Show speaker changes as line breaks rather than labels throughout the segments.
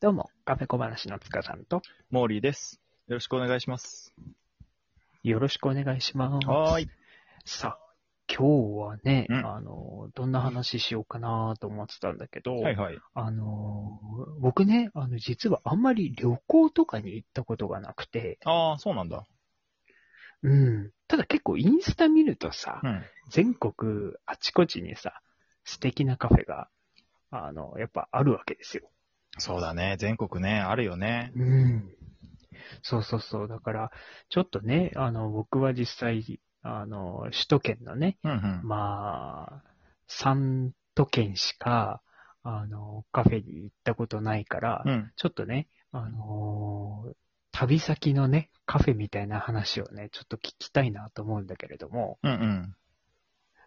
どうも、カフェ小話の塚さんと、
モーリーです。よろしくお願いします。
よろしくお願いします。
はーい。
さあ、今日はね、
うん
あの、どんな話しようかなと思ってたんだけど、
はいはい。
あの、僕ね、あの、実はあんまり旅行とかに行ったことがなくて、
ああ、そうなんだ。
うん。ただ結構インスタ見るとさ、
うん。
全国あちこちにさ、素敵なカフェが、あの、やっぱあるわけですよ。
そうだね。全国ね、あるよね。
うん。そうそうそう。だから、ちょっとね、あの、僕は実際、あの、首都圏のね、
うんうん。
まあ、3都県しか、あの、カフェに行ったことないから、
うん。
ちょっとね、あのー旅先のね、カフェみたいな話をね、ちょっと聞きたいなと思うんだけれども、
うん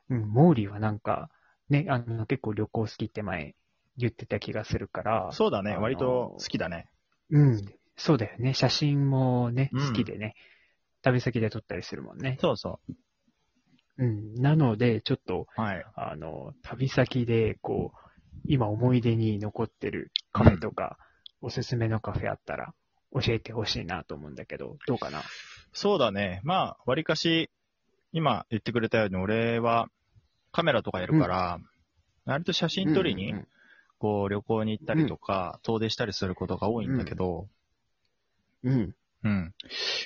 うん。
うん、モーリーはなんか、ね、あの、結構旅行好きって前言ってた気がするから、
そうだね。
あのー
割と好きだね。
うん、そうだよね。写真もね、
うん
好きでね、旅先で撮ったりするもんね。
そうそ
うん、なので、ちょっと、
う。はい。
あの、旅先で、こう、今思い出に残ってるカフェとか、おすすめのカフェあったら、教えてほしいなと思うんだけど、どうかな。
そうだね。まあ、割かし、今言ってくれたように、俺はカメラとかやるから、割と写真撮りに
うんうん、
こう、旅行に行ったりとか、遠出したりすることが多いんだけど、
うん。
うん。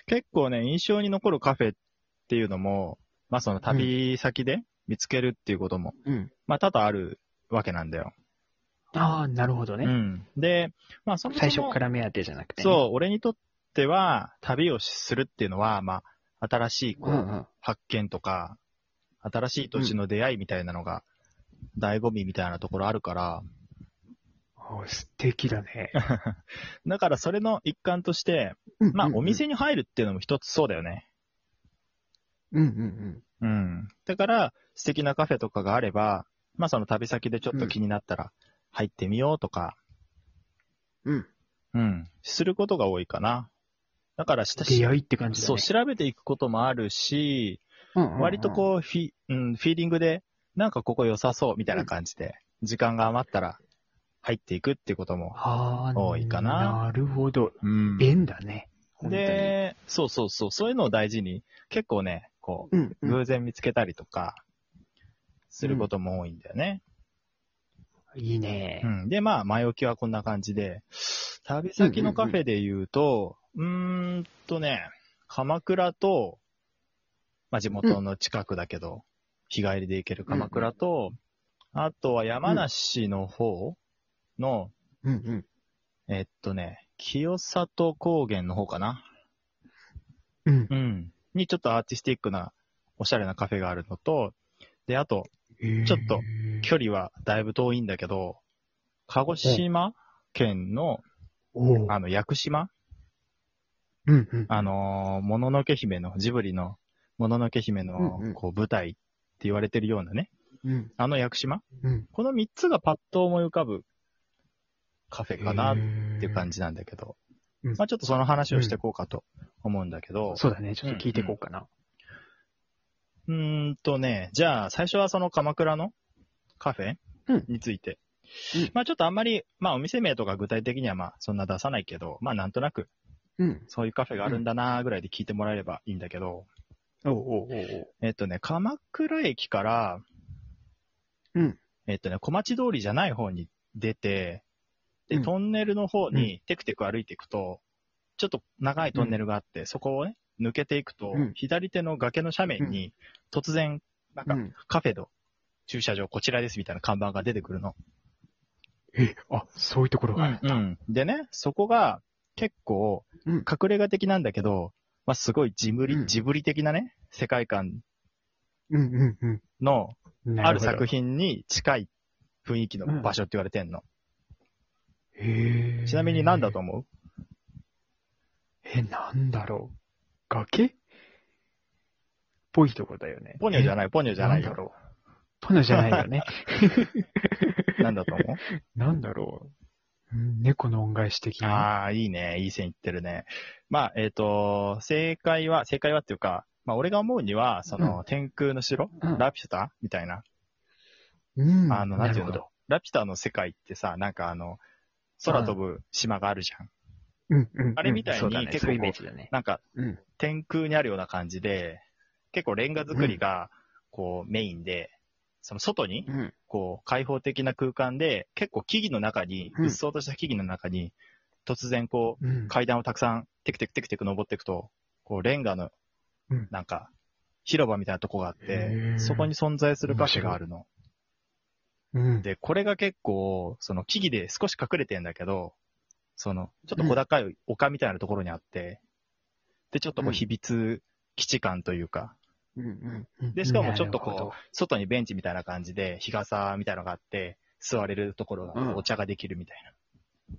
結構ね、印象に残るカフェっていうのも、まあその旅先で見つけるっていうことも、
うん。
まあ多々あるわけなんだよ。
ああ、なるほど
う
ね。
ん。で、まあそもそも
最初から目当てじゃなくて、ね。
そう、俺にとっては旅をするっていうのは、まあ新しいこ
う
う、
んうん。
発見とか、新しい土地の出会いみたいなのが、醍醐味みたいなところあるから、
ああ素敵だね。
だからそれの一環として、まあお店に入るっていうのも一つそうだよね。
うんうんうん。
うん。だから、素敵なカフェとかがあれば、まあその旅先でちょっと気になったら入ってみようとか、
うん。
うん、することが多いかな。だからした
出会いって感じだね。
そう、調べていくこともあるし、
うんうんうん
割とこう、フィ、うん、フィーリングで、なんかここ良さそうみたいな感じで、時間が余ったら入っていくってことも。
ああ、
多いかな
なるほど。
うん。
便だね。本当に、
で、そうそうそう、そういうのを大事に、結構ね、こ
うん、
う、
うん。
偶然見つけたりとか、することも多いんだよね。
いいね
う。ん。で、まあ、前置きはこんな感じで、旅先のカフェで言うと、うーんとね、鎌倉と、まあ、地元の近くだけど、日帰りで行ける鎌倉と、あとは山梨の方の、
うんうん。
えっとね、清里高原の方かな
うん。
うん。にちょっとアーティスティックな、おしゃれなカフェがあるのと、で、あと、ちょっと距離はだいぶ遠いんだけど、鹿児島県の、
おう
あの、屋久島
うんうん。
あのーもののけ姫の、ジブリの、もののけ姫
うんうん
の、こう、舞台って言われてるようなね、
うん
あの屋久島
うん。
この3つがパッと思い浮かぶカフェかなっ
って
いう感。じなんだけど、
うん
まあちょっとその話をしていこうかと思うんだけど、
そうだね。ちょっと聞いていこうかな。
うーんとね、じゃあ最初はその鎌倉のカフェ
うん
について。
うん
まあちょっとあんまり、まあお店名とか具体的にはまあそんな出さないけど、まあなんとなく
うん。
そういうカフェがあるんだなーぐらいで聞いてもらえればいいんだけど、
おうおうおう
えっとね、鎌倉駅から、
うん
えっとね、小町通りじゃない方に出て、で、
うん
トンネルの方
う
にテクテク歩いていくと、ちょっと長いトンネルがあって、そこをね、抜けていくと、
うん
左手の崖の斜面に、突然、なん
お
か
う。、ん。
カフェの駐車場こちらですみたいな看板が出てくるの。
え、あ、そういうところがあるんだ。
でね、そこが結構、
うん
隠れ家的なんだけど、まあ、すごいジブリ、
うん
ジブリ的なね、世界観
うんうんうん。
の
な
あ
るほ
る
ど
作。品に近い雰囲気の場所って言われてんの。
へえ。
ちなみに何だと思う
え、なんだろう。崖っぽいとこだよね。
ポニョじゃ
い。
ない、ポニョじゃ
な
なんい
だ
よ。
ろう。ポニョじゃないよね。
何だ と思う
なんだろう。うん猫の恩返し的な。
ああ、いいね。いい線いってるね。まあ、えっ、と、正解は、正解はっていうか、まあ、俺が思うには、その、天空の城、
うん
ラピュタみたいな。
うん。
あの、なんていう
なるほ
のラピュタの世界ってさ、なんかあの、空飛ぶ島があるじゃん。
うん、うん。
あれみたいに
そうだね
結構
そういうイメージだね。
なんか、
うん。
天空にあるような感じで、結構レンガ作りが、こう、メインで、その外に、
うん。
こう、開放的な空間で、結構木々の中に、
うん
うっそうとした木々の中に、突然こ
うん
う、。階段をたくさん、テクテクテクテク登っていくと、こう、レンガの
うん、
なんか、広場みたいなとこがあっ
へ
て、
ー
そこに存在するカフェがあるの。
うん。
で、これが結構、その木々で少し隠れてんだけど、その、ちょっと小高い丘みたいなところにあって、で、ちょっとこ
う
うん秘密基地感というか、
うんうんうん
で、しかもちょっと
なる
こ
ほ
う、外にベンチみたいな感じで、日傘みたいなのがあって、座れるところがあっ
う
て、
ん
お茶ができるみたいな。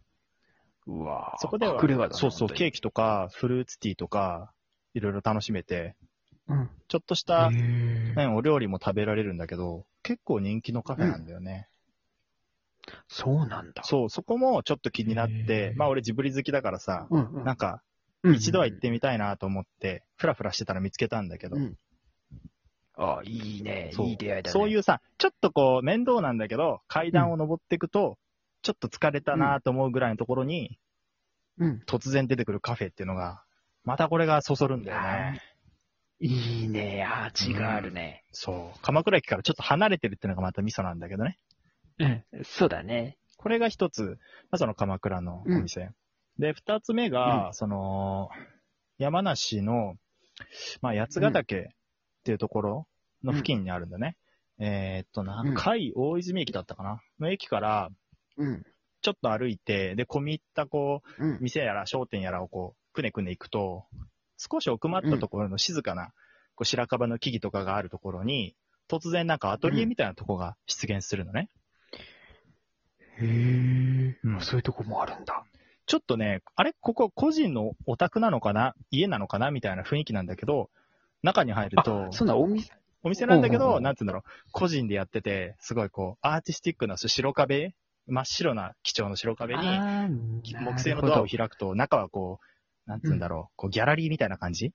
どうわぁ
そこでは
隠れ家だね
そうそ
本
う、
当に
ケーキとか、フルーツティーとか、いろいろ楽しめて、
うん。
ちょっとした、
へ
ね
ー
お料理も食べられるんだけど、結構人気のカフェなんだよね。
そうなんだ。
そう、そこもちょっと気になっ
へ
て、
ー
まあ俺ジブリ好きだからさ、
うんうん。
なんか、
うん
一度は行っ。てみたいなと思って、ふらふらしてたら見つけたんだけど
う、ん。ああ、いいね。
そう
いい出会いだね。
そういうさ、ちょっとこう、面倒なんだけど、階段を登っていくと、ちょっと疲れたなと思うぐらいのところに、
うん。
突然出てくるカフェっていうのが、またこれがそそるんだよ
あ
ね
ー。いいね。味があるね。
そう。鎌倉駅からちょっと離れてるっていうのがまたミソなんだけどね。
うん。そうだね。
これが一つ、まあ、その鎌倉のお店。で、二つ目が、その、山梨の、まあ、八ヶ岳っていうところの付近にあるんだね。えーっと、な
うん、
甲斐大泉駅だったかなの駅から、
うん。
ちょっと歩いて、で、込み入ったこう、
うん。
店やら商店やらをこう、くねくね行くと、少し奥まったところの静かな、こう、白樺の木々とかがあるところに、突然なんかアトリエみたいなとこが出現するのね。
へ
うん
え。あそういうとこもあるんだ。
ちょっとね、あれここ個人のお宅なのかな家なのかなみたいな雰囲気なんだけど、中に入ると
あ、、そんなお店。
お店なんだけ
うんうん
ど、
うん
なんつうんだろう、個人でやってて、すごいこう、アーティスティックなそう白壁、真っ白な基調の白壁に、
あー
木製のドアを
なるほど
開くと、中はこう、なんつうんだろう、こうギャラリーみたいな感じ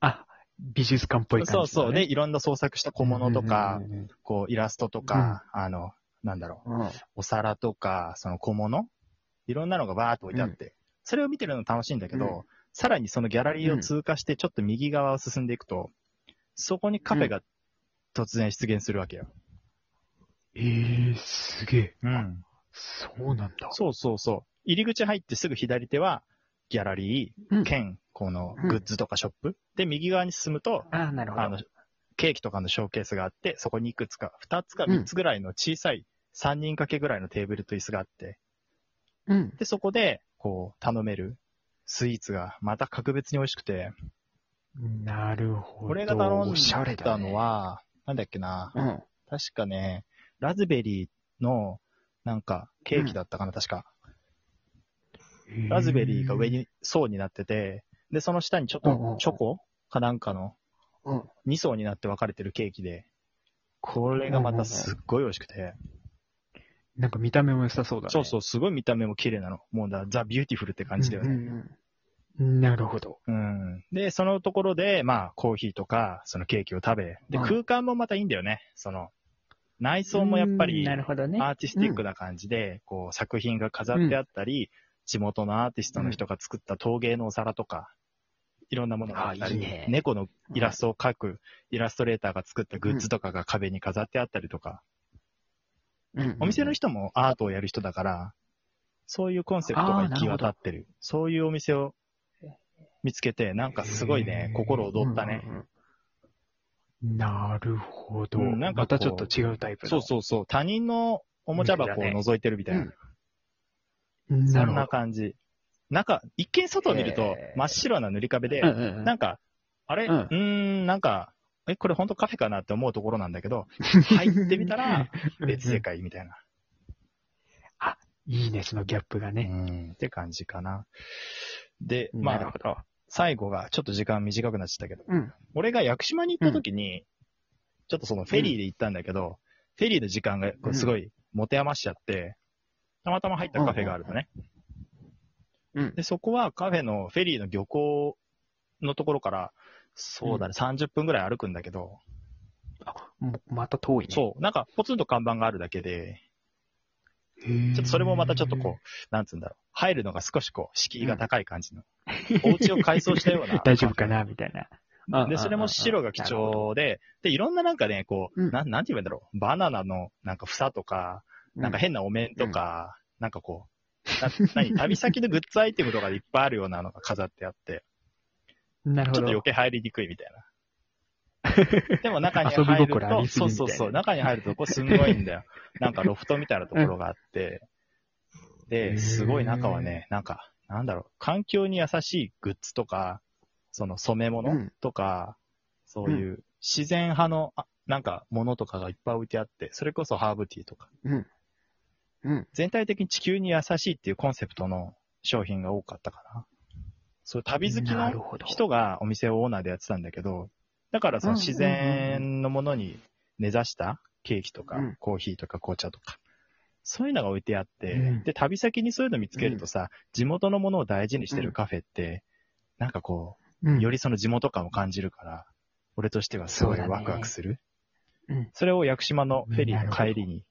あ、美術館っぽい
そ
感
う
じだね。
そう。で、いろんな創作した小物とか、
うんうん
こう、イラストとか、あの、なんだろう、
うんうん、
お皿とか、その小物いろんなのがバーっと置いてあって、それを見てるの楽しいんだけど、
うん
さらにそのギャラリーを通過して、ちょっと右側を進んでいくと、そこにカフェが突然出現するわけよ。
えー、すげえ。
うん。
そうなんだ。
そうそうそう。入り口入ってすぐ左手は、ギャラリ
う
ー、
ん
兼、この
うん
グッズとかショップ。で、右側に進むと、
あーなるほど。
あの、ケーキとかのショーケースがあって、そこにいくつか、2つか
うん
3つぐらいの小さい、3人掛けぐらいのテーブルと椅子があって、
うん。
で、そこで、こう、頼めるスイーツが、また格別に美味しくて、
なるほど。
これが頼ん
おしゃれ
だ
だ
の
ね、
は、なんだっけな、
うん。
確かね、ラズベリーの、なんか、ケーキだったかな、確か。ラズベリーが上に層になってて、で、その下にチョ
うんうんう
コ
ん、
チョコかなんかの
うん。
2層になって分かれてるケーキで、これがまたすっごい美味しくて、
なんか見た目も良さそうだね。
そうそう、すごい見た目も綺麗なの。もうだ、ザ・ビューティフルって
う
感じだよね。
んうんうんなるほど。
うん。で、そのところで、まあ、コーヒーとか、そのケーキを食べ、で、
うん
空間もまたいいんだよね。その、内装もやっぱ
うん
り、
なるほどね。
アーティスティックな感じで、こう、作品が飾ってあったり、地元のアーティストの人が作った陶芸のお皿とか、いろんなものがあった
あいい
り、
ね
猫のイラストを描く、イラストレーターが作ったグッズとかが壁に飾ってあったりとか、
うんうん
お店の人もアートをやる人だから、そういうコンセプトが行き渡ってる。そういうお店を見つけて、なんかすごいね、
へー
心躍ったね。。
うんうんうんなるほど。
うんなんかこう
またちょっと違うタイプの
そうそうそう。他人のおもちゃ箱を覗いてるみたいな。
うんうん。な
そ
る
ん
ほ
な
ど。
感じ。中、一見外を見ると
へー
真っ白な塗り壁で、
うんうんうん
なんか、あれ、う
うん
ーん、なんか、え、これ本当カフェかなって思うところなんだけど、入ってみたら、別世界みた いな。
いいね、そのギャップがね。
うん、って感じかな。で、
なる
まあ
ほ、ど。
最後が、ちょっと時間短くなっちゃったけど、
うん。
俺が屋久島に行った時に、ちょっとそのフェリーで行ったんだけど、フェリーの時間がこうすごい持て余しちゃって、たまたま入ったカフェがあるのね。
うん
で、。そこはカフェのフェリーの漁港のところから、そうだね、30分ぐらい歩くんだけど、
もまた遠いね。
そう、なんかポツンと看板があるだけで、
ち
ちょっとそれもまたちょっとこう、なんつうんだろう。入るのが少しこう、敷居が高い
。
感じの。お家を改装したような
大丈夫かなみたいな。あ
で、それも白が貴重で、で、いろんななんかね、こ
うん
う、なん、なんて言うんだろう。バナナの、なんか房とか、なんか変なお面とか、なんかこう、な、何、旅先のグッズアイテムとかでいっぱいあるようなのが飾ってあって、
うんなる
ちょ
ほ
っと
ど
余。計入りにくいみたいな。でも中に
遊び
入る
心あ
と、
りすぎ
そ
みたい
う
な
そうそう、中に入るとこすんごいんだよ。なんかロフトみたいなところがあって、
へー
で、すごい中はね、なんか、なんだろう、環境に優しいグッズとか、その染め
う
物
ん
とか、そういう自然派の、あなんか、ものとかがいっぱい置いてあって、それこそハーブティーとか、
うん。うん。
全体的に地球に優しいっていうコンセプトの商品が多かったかな。そう、旅好き
な
の
るほど
人がお店をオーナーでやってたんだけど、だからその自然のものに根ざしたケーキとか
うん
コーヒーとか紅茶とか、そういうのが置いてあって、
うん
で、旅先にそういうの見つけるとさ、地元のものを大事にしてるカフェって、なんかこ
うん
う、よりその地元感を感じるから、俺としてはすごい
そうだね
ワクワクする。
うん
それを屋久島のフェリーの帰りに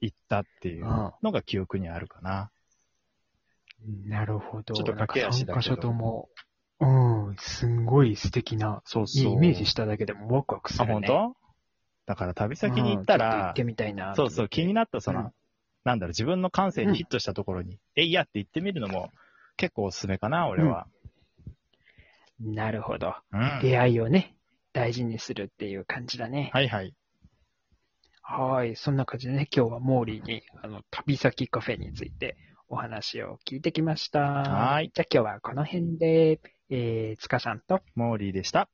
行ったっていう
あ
のが記憶にあるかな。
なるほど。
ちょっと駆け足だ
なん
けど
か三箇所とも、うん、すんごい素敵な、
そう
い
そ
い
う。
イメージしただけでもワクワクす
あ、
るね。
本当？だから旅先に行った
うんちょと行
ら
っ、てみたいな。
そうそう、気になったその、
うん
なんだろう、自分の感性にヒットしたところに、えいやって言ってみるのも結構おすすめかな、俺は。
なるほど。
うん。
出会いをね、大事にするっていう感じだね。
はいはい。
はい。そんな感じでね、今日はモーリーに、あの、旅先カフェについてお話を聞いてきました。
はーい。
じゃあ今日はこの辺で、えー、つかさんと、
モーリーでした。